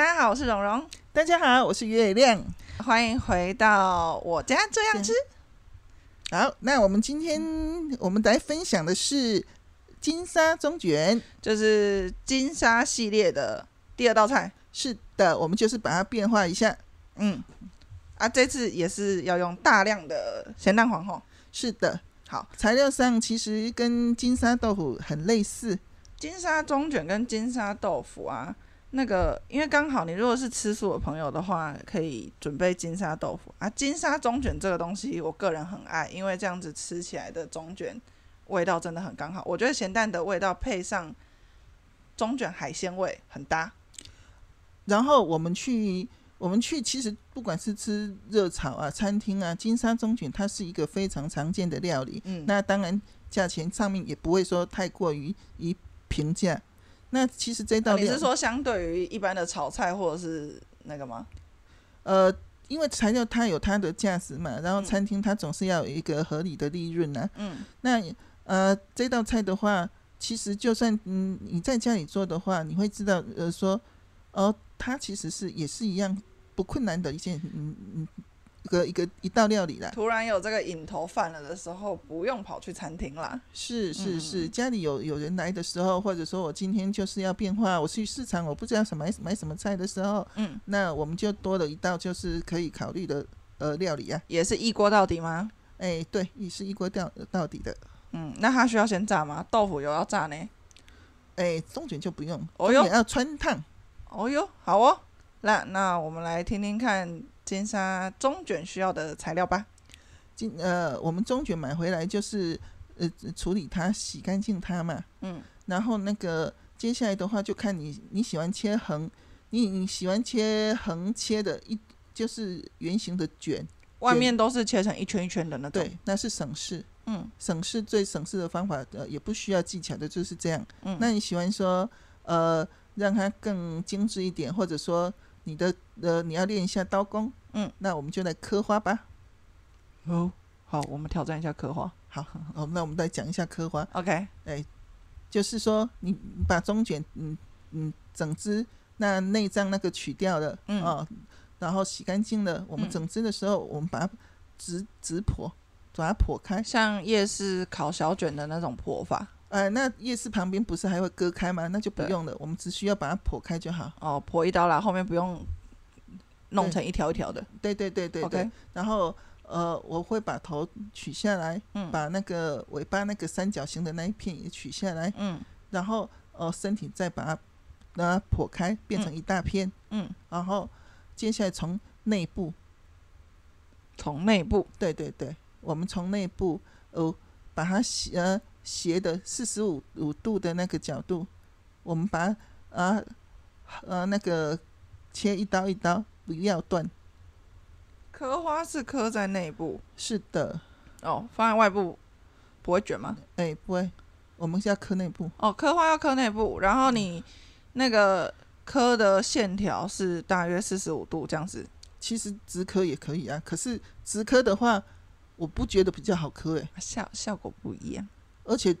家好，我是蓉蓉，大家好，我是月亮。欢迎回到我家这样吃。好，那我们今天我们来分享的是金沙中卷。就是金沙系列的第二道菜。是的，我们就是把它变化一下。嗯，啊，这次也是要用大量的咸蛋黄吼。是的，好，材料上其实跟金沙豆腐很类似。金沙中卷跟金沙豆腐啊，那个因为刚好你如果是吃素的朋友的话，可以准备金沙豆腐啊。金沙中卷这个东西，我个人很爱，因为这样子吃起来的中卷味道真的很刚好。我觉得咸蛋的味道配上中卷海鲜味很搭。然后我们去，我们去，其实不管是吃热炒啊、餐厅啊，金沙中卷它是一个非常常见的料理。嗯，那当然，价钱上面也不会说太过于于平价。那其实这道啊你料，是说相对于一般的炒菜或者是那个吗？呃，因为材料它有它的价值嘛，然后嗯餐厅它总是要有一个合理的利润啊。嗯，那呃，这道菜的话，其实就算嗯你在家里做的话，你会知道呃说，哦，它其实是也是一样不困难的一件嗯嗯一个一个一道料理啦。突然有这个瘾头犯了的时候，不用跑去餐厅啦。是嗯是是，家里有有人来的时候，或者说我今天就是要变化，我去市场我不知道什么买买什么菜的时候，嗯，那我们就多了一道就是可以考虑的呃料理啊。也是一锅到底吗？哎，对，也是一锅到到底的。嗯，那它需要先炸吗？豆腐有要炸呢？哎，中卷就不用，哦也哟，要穿烫。哦哟，好哦。那那我们来听听看金沙中卷需要的材料吧。今呃，我们中卷买回来就是呃处理它，洗干净它嘛。嗯，然后那个接下来的话，就看你你喜欢切横，你你喜欢切横切的一就是圆形的卷，外面都是切成一圈一圈的那种。对，那是省事。嗯省事最省事的方法，呃，也不需要技巧的，就是这样。嗯，那你喜欢说，呃，让它更精致一点，或者说你的呃，你要练一下刀工，嗯，那我们就来刻花吧。哦，好，我们挑战一下刻画。好， 好，那我们再讲一下刻花， OK，就是说你你把中卷，嗯嗯，整只那内脏那个取掉了，嗯哦，然后洗干净了，我们嗯整只的时候，我们把它直直剖，把它剖开。像夜市烤小卷的那种破法呃，那夜市旁边不是还会割开吗？那就不对用了，我们只需要把它剖开就好。哦，破一刀啦，后面不用弄成一条一条的。对对对对对。 OK，然后呃，我会把头取下来，嗯把那个尾巴那个三角形的那一片也取下来，嗯然后呃身体再把它把它剖开，变成一大片，嗯，然后接下来从内部，从内部对对对，我们从内部呃把它斜呃斜的四十五五度的那个角度，我们把它啊呃那个切一刀一刀，不要断，刻花是刻在内部是的，哦，放在外部不会卷吗？哎不会，我们是要刻内部。哦，刻花要刻内部，然后你那个刻的线条是大约四十五度这样子。其实直科也可以啊，可是直科的话，我不觉得比较好科诶、欸啊效效果不一样，而且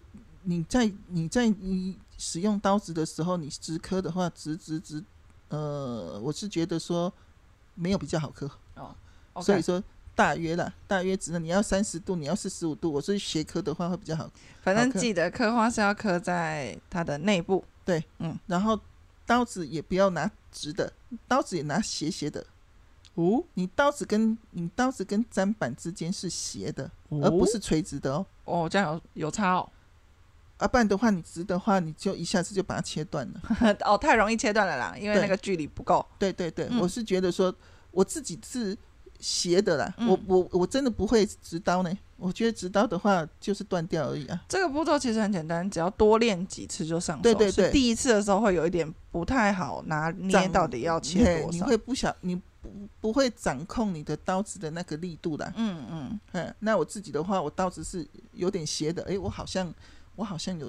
你在你在你使用刀子的时候，你直科的话，直直直，呃，我是觉得说没有比较好科所以 OK，说大约啦，大约只能你要三十度，你要四十五度，我是斜科的话会比较好。反正好刻记得刻花是要刻在它的内部。然后刀子也不要拿直的，刀子也拿斜斜的。哦，你刀子跟你刀子跟砧板之间是斜的，而而不是垂直的哦。哦，这样有有差哦， 啊，不然的话，你直的话，你就一下子就把它切断了。哦，太容易切断了啦，因为对那个距离不够。对对对，嗯我是觉得说我自己是斜的啦，嗯我我我真的不会直刀呢。我觉得直刀的话就是断掉而已啊。这个步骤其实很简单，只要多练几次就上手。对对是对第一次的时候会有一点不太好拿捏，掌到底要切嘿多你少？会不小，你不不会掌控你的刀子的那个力度啦。嗯嗯，嗯，那我自己的话，我刀子是有点斜的，诶，我好像我好像有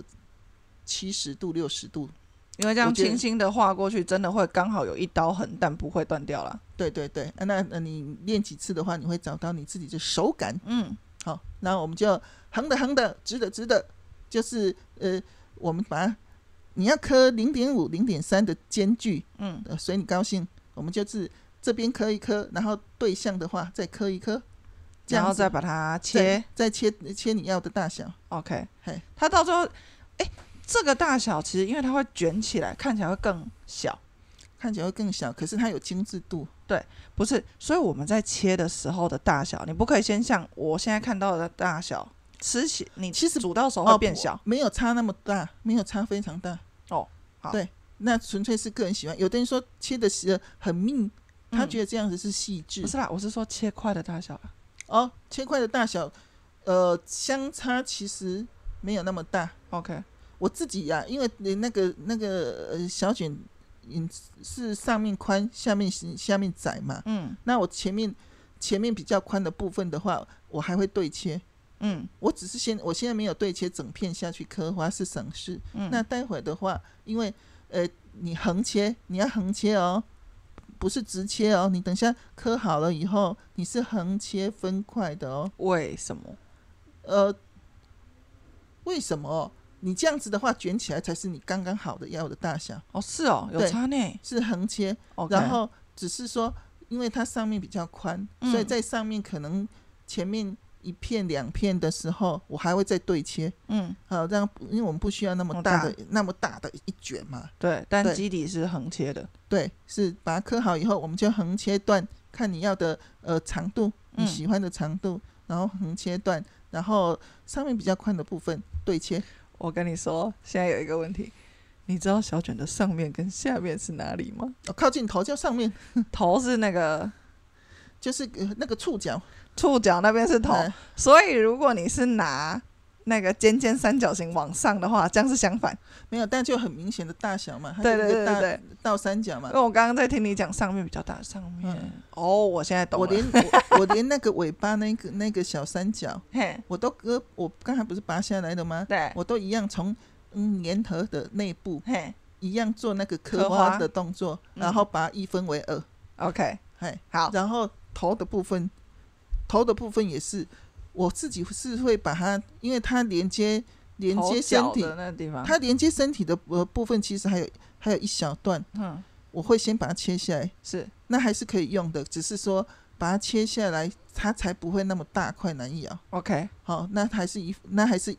七十度、六十度。因为这样我觉得轻轻的划过去，真的会刚好有一刀痕，但不会断掉啦。对对对，啊那那你练几次的话，你会找到你自己的手感。嗯，好，然后我们就横的横的，直的直的，就是呃，我们把它，你要刻零点五、零点三的间距，嗯，呃，随你高兴。我们就是这边磕一磕，然后对象的话再磕一磕，这然样后子再把它切再。再切切你要的大小。 OK，嘿它到最后，哎、这个大小其实因为它会卷起来，看起来会更小。看起来会更小，可是它有精致度。不是，所以我们在切的时候的大小，你不可以先像我现在看到的大小吃起，你其实煮到手哦会变小。没有差那么大，没有差非常大。哦，好对，那纯粹是个人喜欢。有的人说切的是很密，他嗯觉得这样子是细致。不是啦，我是说切块的大小啦。哦，切块的大小，呃，相差其实没有那么大。 OK，我自己呀、因为你那个那个呃小卷，嗯，是上面宽，下面下面窄嘛。嗯那我前面前面比较宽的部分的话，我还会对切。嗯我只是先，我现在没有对切整片下去刻花是省事。嗯，那待会儿的话，因为呃，你横切，你要横切哦，不是直切哦。你等下刻好了以后，你是横切分块的哦。为什么？呃，为什么你这样子的话卷起来才是你刚刚好的要的大小？哦，是哦，有对差呢。是横切， OK，然后只是说，因为它上面比较宽，所以嗯在上面可能前面一片两片的时候，我还会再对切。嗯，好，这样因为我们不需要那么那么大大的那么大的一卷嘛，对，但对基底是横切的。对，是把它刻好以后，我们就横切断，看你要的呃长度，你嗯喜欢的长度，然后横切断，然后上面比较宽的部分对切。我跟你说，现在有一个问题，你知道小卷的上面跟下面是哪里吗？哦、靠近头就上面头是那个就是、呃、那个触角，触角那边是头，呃所以如果你是拿那个尖尖三角形往上的话，这样是相反。没有，但就很明显的大小嘛，它对就是对对一个大对对倒三角因嘛为。我刚刚在听你讲上面比较大，上面、嗯哦，我现在懂我了。连我我连那个尾巴那个那个小三角，嘿，我都割，我刚才不是拔下来的吗？对，我都一样从嗯粘合的内部嘿一样做那个刻刻花花的动作，嗯然后把它一分为二， ，OK，哎。好，然后头的部分，头的部分也是我自己是会把它，因为它连接连接身头体角，的那个地方，它连接身体的呃部分其实还有还有一小段，嗯，我会先把它切下来，是那还是可以用的，只是说把它切下来，它才不会那么大块难咬。 OK，好、那还是一那还是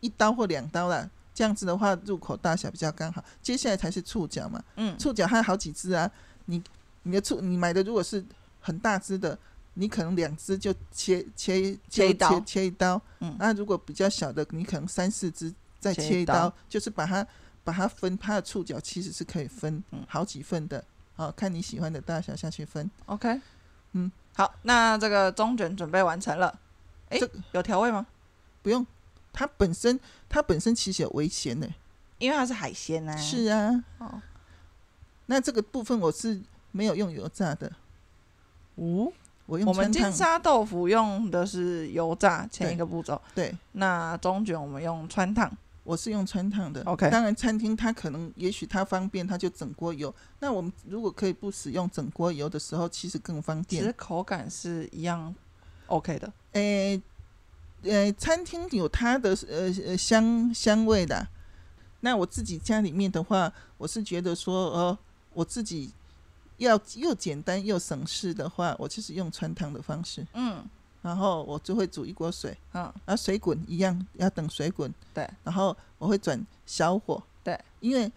一刀或两刀啦。这样子的话，入口大小比较刚好。接下来才是触角嘛，嗯，触角还有好几只啊。你你的触你买的如果是很大只的，你可能两只就切切切就一刀切切一刀。嗯那如果比较小的，你可能三四只再切切一一刀刀，就是把它把它分，它的触角其实是可以分嗯好几份的。好、看你喜欢的大小下去分。 OK，嗯，好，那这个中卷准备完成了。哎这个，有调味吗？不用，它本身它本身其实有危险的、因为它是海鲜呢、啊。是啊，哦，那这个部分我是没有用油炸的，哦，我用我们穿金烫。沙豆腐用的是油炸前一个步骤，对，那中卷我们用穿烫。我是用穿烫的。 OK 当然餐厅它可能也许它方便，它就整锅油。那我们如果可以不使用整锅油的时候，其实更方其实便。口感是一样 OK 的。诶、呃，餐厅有它的呃呃香香味的。那我自己家里面的话，我是觉得说，呃，我自己要又简单又省事的话，我就是用穿烫的方式，嗯然后我就会煮一锅水。嗯然后啊水滚一样要等水滚，对，然后我会转小火，对，因为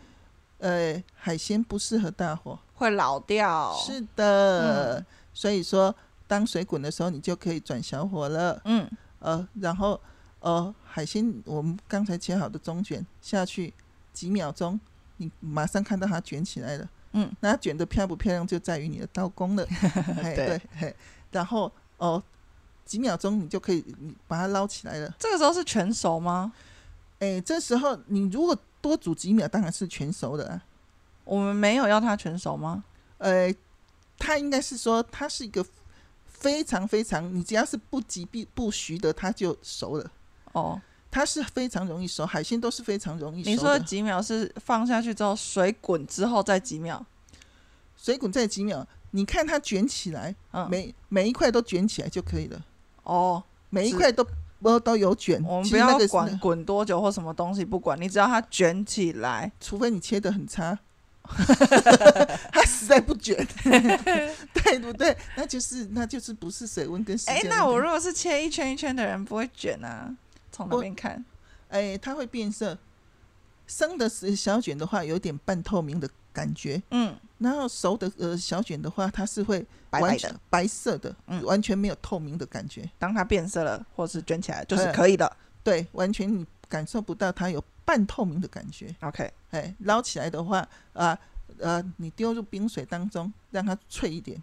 呃海鲜不适合大火，会老掉。是的，嗯所以说当水滚的时候，你就可以转小火了，嗯呃，然后呃海鲜我们刚才切好的中卷下去几秒钟，你马上看到它卷起来了。嗯，那它卷得漂不漂亮就在于你的刀 工了。嘿对对嘿，然后哦、几秒钟你就可以你把它捞起来了。这个时候是全熟吗？哎，这时候你如果多煮几秒，当然是全熟的、啊。我们没有要它全熟吗？呃，它应该是说它是一个非常非常，你只要是不急必不徐的，它就熟了。哦，它是非常容易熟，海鲜都是非常容易熟你说的。的几秒是放下去之后水滚之后再几秒？水滚再几秒，你看它卷起来，嗯，每每一块都卷起来就可以了，哦，每一是块都都都有卷。我们嗯其不实那要个是管滚多久或什么东西，不管你只要它卷起来，除非你切的很差， 它实在不卷， 对不对？那就是那就是不是水温跟时哎、间。那我如果是切一圈一圈的人，不会卷啊？从哪我边看？哎，它会变色。生的是小卷的话，有点半透明的感觉；嗯，然后熟的呃小卷的话，它是会白完白全的，白色的，嗯完全没有透明的感觉。当它变色了或是卷起来，就是对可以的。对，完全你感受不到它有半透明的感觉。 OK，哎，捞起来的话，啊呃，你丢入冰水当中，让它脆一点，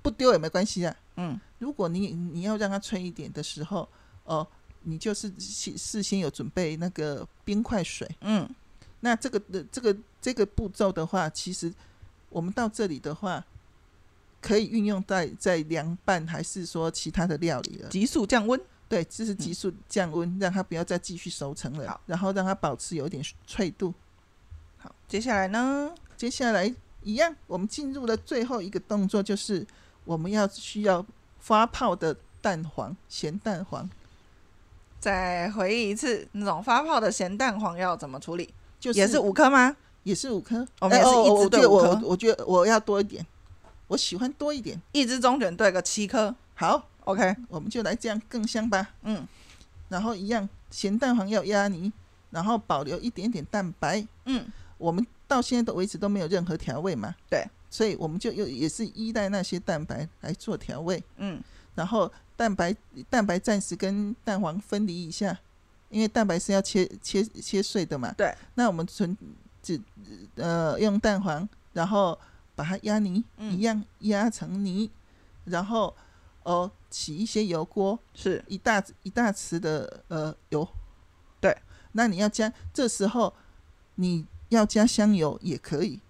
不丢也没关系啊。嗯，如果你你要让它脆一点的时候，哦、你就是事事先有准备那个冰块水。嗯，那这个的这个这个步骤的话，其实我们到这里的话，可以运用在在凉拌还是说其他的料理了。急速降温。对，这是急速降温，让它不要再继续熟成了嗯好，然后让它保持有一点脆度。好，接下来呢？接下来一样，我们进入了最后一个动作，就是我们要需要发泡的蛋黄，咸蛋黄，再回忆一次，那种发泡的咸蛋黄要怎么处理？就是也是五颗吗？也是五颗，我们也是哎哦一直我我觉对得五我颗我我觉得我要多一点，我喜欢多一点。一只中卷对个七颗。好， OK，我们就来这样更香吧。嗯然后一样，咸蛋黄要压泥，然后保留一点点蛋白。嗯，我们到现在的为止都没有任何调味嘛，对，所以我们就又也是依赖那些蛋白来做调味，嗯，然后蛋白蛋白暂时跟蛋黄分离一下，因为蛋白是要切切切碎的嘛，对，那我们存只呃用蛋黄，然后把它压泥，嗯一样压成泥，然后哦起一些油锅，是一大一大匙的呃油，对，那你要加，这时候你要加香油也可以，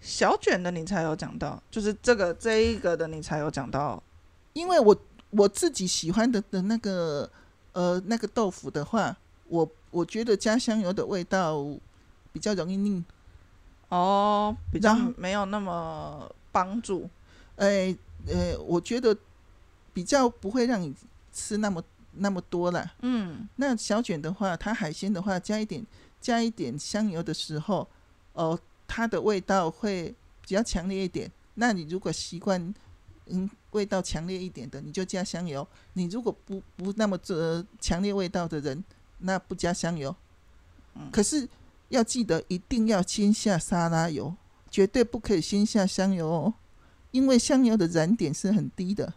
小卷的你才有讲到，就是这个这一个的你才有讲到。因为我我自己喜欢的的那个呃那个豆腐的话，我我觉得加香油的味道比较容易腻，哦，比较然后没有那么帮助。哎呃，我觉得比较不会让你吃那么那么多啦。嗯，那小卷的话，它海鲜的话，加一点加一点香油的时候，哦、它的味道会比较强烈一点。那你如果习惯，嗯，味道强烈一点的，你就加香油；你如果不不那么呃强烈味道的人，那不加香油。嗯可是要记得，一定要先下沙拉油，绝对不可以先下香油哦，因为香油的燃点是很低的。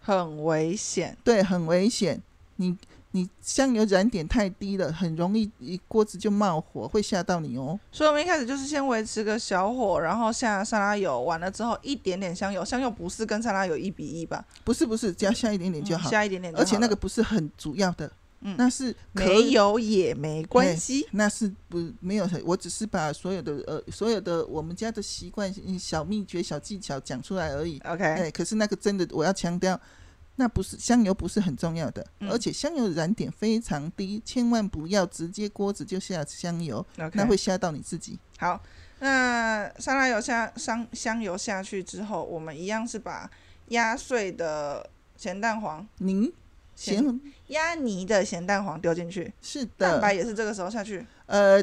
很危险。对，很危险。你你香油燃点太低了，很容易一锅子就冒火，会吓到你哦。所以我们一开始就是先维持个小火，然后下沙拉油，完了之后一点点香油，香油不是跟沙拉油一比一吧？嗯不是不是，只要下一点点就好，加一点点就好而了。且那个不是很主要的，嗯那是可没以，有也没关系。那是不没有很，我只是把所有的呃所有的我们家的习惯嗯小秘诀、小技巧讲出来而已。哎、 OK，可是那个真的，我要强调，那不是香油不是很重要的，嗯而且香油燃点非常低，千万不要直接锅子就下香油， OK，那会吓到你自己。好。那沙拉油下香香油下去之后，我们一样是把压碎的咸蛋黄、您咸咸压泥的咸蛋黄丢进去，是蛋白的，也是这个时候下去，呃，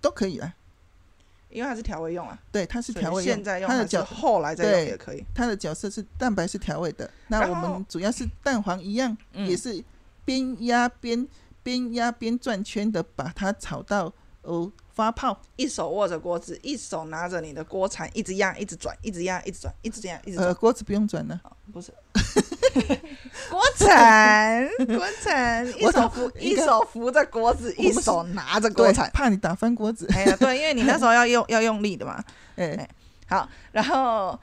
都可以啦。因为它是调味用啊。对，它是所以调味用，现在用它的还是角后来再用对也可以。它的角色是蛋白是调味的。那然我后们主要是蛋黄一样，嗯也是边压边边压边转圈的把它炒到哦发泡。一手握着锅子，一手拿着你的锅铲，一直压，一直转，一直压，一直转，一直这样，一直转。呃，锅子不用转了，不是，锅 铲，锅铲，一我手懂扶应一该手扶着锅子，我们一是手拿着呃锅对铲，。怕你打翻锅子。哎呀，对，因为你那时候要用要用力的嘛。哎、 哎好，然后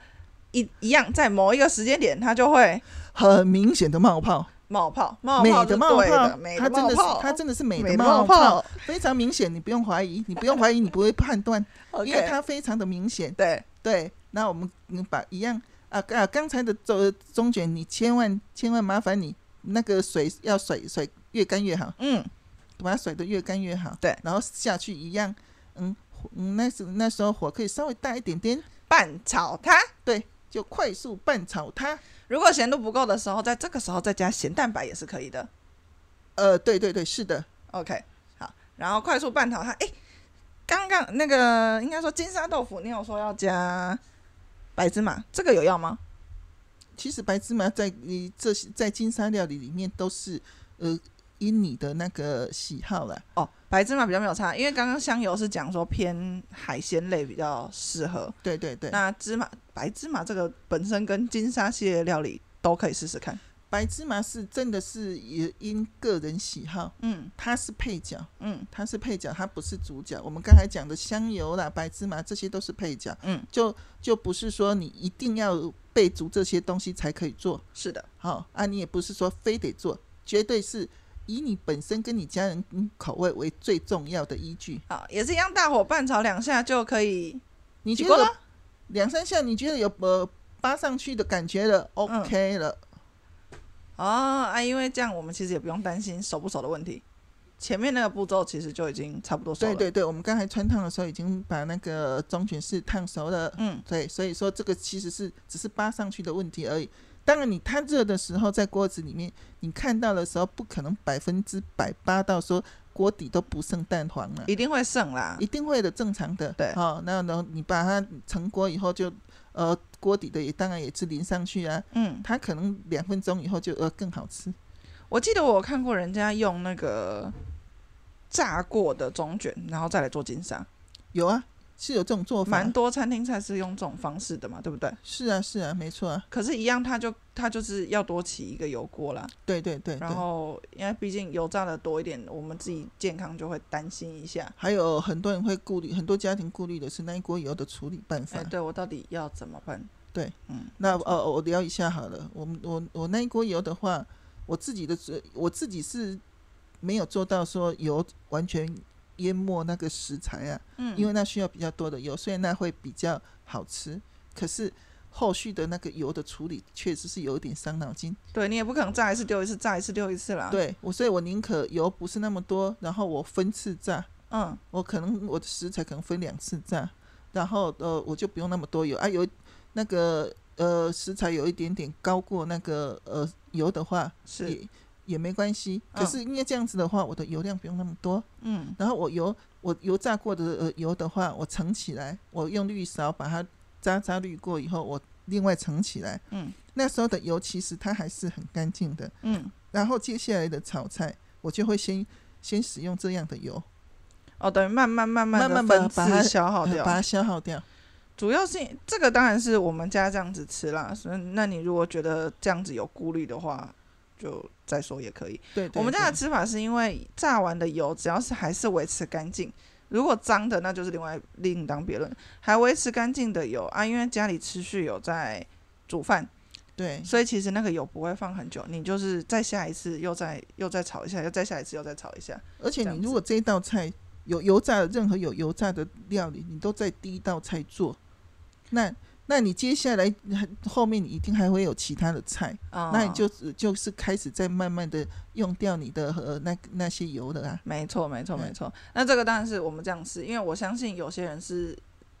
一一样，在某一个时间点，它就会很明显的冒泡，冒泡，哦冒美泡是的冒对泡的，，美它的真冒的是泡，它真的是美美的的冒泡，泡非常明显，你不用怀疑，你不用怀疑，你不会判断。 OK，因为它非常的明显。对，对，那我们嗯把一样啊啊，刚才的中中卷，你千万千万麻烦你那个水要水水越干越好，嗯，把它水的越干越好。对然后下去一样，嗯嗯，那时那时候火可以稍微大一点点，拌炒它。就快速拌炒它。如果咸度不够的时候，在这个时候再加咸蛋白也是可以的。呃，对对对，是的， OK，好，然后快速拌炒它。诶，刚刚那个应该说金沙豆腐，你有说要加白芝麻，这个有要吗？其实白芝麻在你这些在金沙料理里面都是呃因你的那个喜好啦，哦，白芝麻比较没有差，因为刚刚香油是讲说偏海鲜类比较适合，对对对。那芝麻白芝麻这个本身跟金沙系列料理都可以试试看。白芝麻是真的是也因个人喜好，嗯它是配角，嗯它是配角，它不是主角。我们刚才讲的香油啦、白芝麻这些都是配角，嗯，就就不是说你一定要备足这些东西才可以做，是的，好、啊，你也不是说非得做，绝对是以你本身跟你家人嗯口味为最重要的依据。好，也是一样，大火拌炒两下就可以你起觉锅得了。两三下，你觉得有呃扒上去的感觉了，OK 了，哦啊，因为这样我们其实也不用担心熟不熟的问题，前面那个步骤其实就已经差不多熟对了。对对，我们刚才穿烫的时候已经把那个中卷式烫熟了。嗯，对，所以说这个其实是只是扒上去的问题而已。当然，你它热的时候在锅子里面，你看到的时候不可能百分之百扒到说锅底都不剩蛋黄了，一定会剩啦嗯一。定会的，正常的。对哦，那然后你把它盛锅以后就，呃，锅底的也当然也是淋上去啊，嗯，它可能两分钟以后就呃更好吃。我记得我有看过人家用那个炸过的中卷，然后再来做金沙，有啊，是有这种做法蛮，多餐厅菜是用这种方式的嘛，对不对？是啊是啊，没错啊，可是，一样它就它就是要多起一个油锅啦。对对对对然。后，因为毕竟油炸的多一点，我们自己健康就会担心一下。还有很多人会顾虑，很多家庭顾虑的是那一锅油的处理办法。哎，对我到底要怎么办？嗯那呃，我聊一下好了。我们我我那一锅油的话，我自己的我自己是没有做到说油完全淹没那个食材啊，嗯，因为那需要比较多的油，所以那会比较好吃。可是后续的那个油的处理确实是有点伤脑筋。对你也不可能炸一次丢一次，炸一次丢一次啦。，对我，所以我宁可油不是那么多，然后我分次炸，嗯，我可能我的食材可能分两次炸，然后呃我就不用那么多油啊，有那个呃食材有一点点高过那个呃油的话，是，也也没关系。可嗯是因为这样子的话，我的油量不用那么多，嗯然后我油我油炸过的呃油的话，我盛起来，我用滤勺把它渣渣滤过以后，我另外盛起来。嗯那时候的油其实它还是很干净的。嗯。然后接下来的炒菜，我就会先先使用这样的油，哦，等于慢慢慢慢慢的慢把分把它次消耗呃掉，把它消耗掉。主要是这个当然是我们家这样子吃啦，所以那你如果觉得这样子有顾虑的话，就再说也可以。对我们对家的对吃法是因为炸完的油只要是还是维持干净，如果脏的那就是另外另当别论。还维持干净的油啊，因为家里持续有在煮饭，对所以其实那个油不会放很久，你就是再下一次又再又再炒一下，又再下一次又再炒一下。而且这样你子如果这一道菜有油炸的，任何有油炸的料理，你都在第一道菜做，那那你接下来后面你一定还会有其他的菜，啊、那你就就是开始在慢慢的用掉你的呃那那些油的啊。没错，没错，嗯没错。那这个当然是我们这样吃，因为我相信有些人是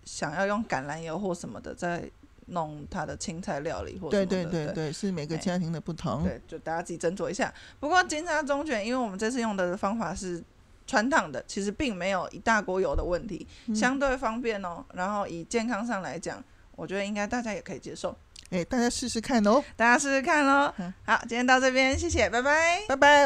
想要用橄榄油或什么的在弄他的青菜料理或什么的。对对对对对，是每个哎家庭的不同。对，就大家自己斟酌一下。不过金沙中卷，因为我们这次用的方法是穿烫的，其实并没有一大锅油的问题，嗯相对方便哦。然后以健康上来讲，我觉得应该大家也可以接受，哎，大家试试看哦，大家试试看喽嗯。好，今天到这边，谢谢，拜拜。拜拜。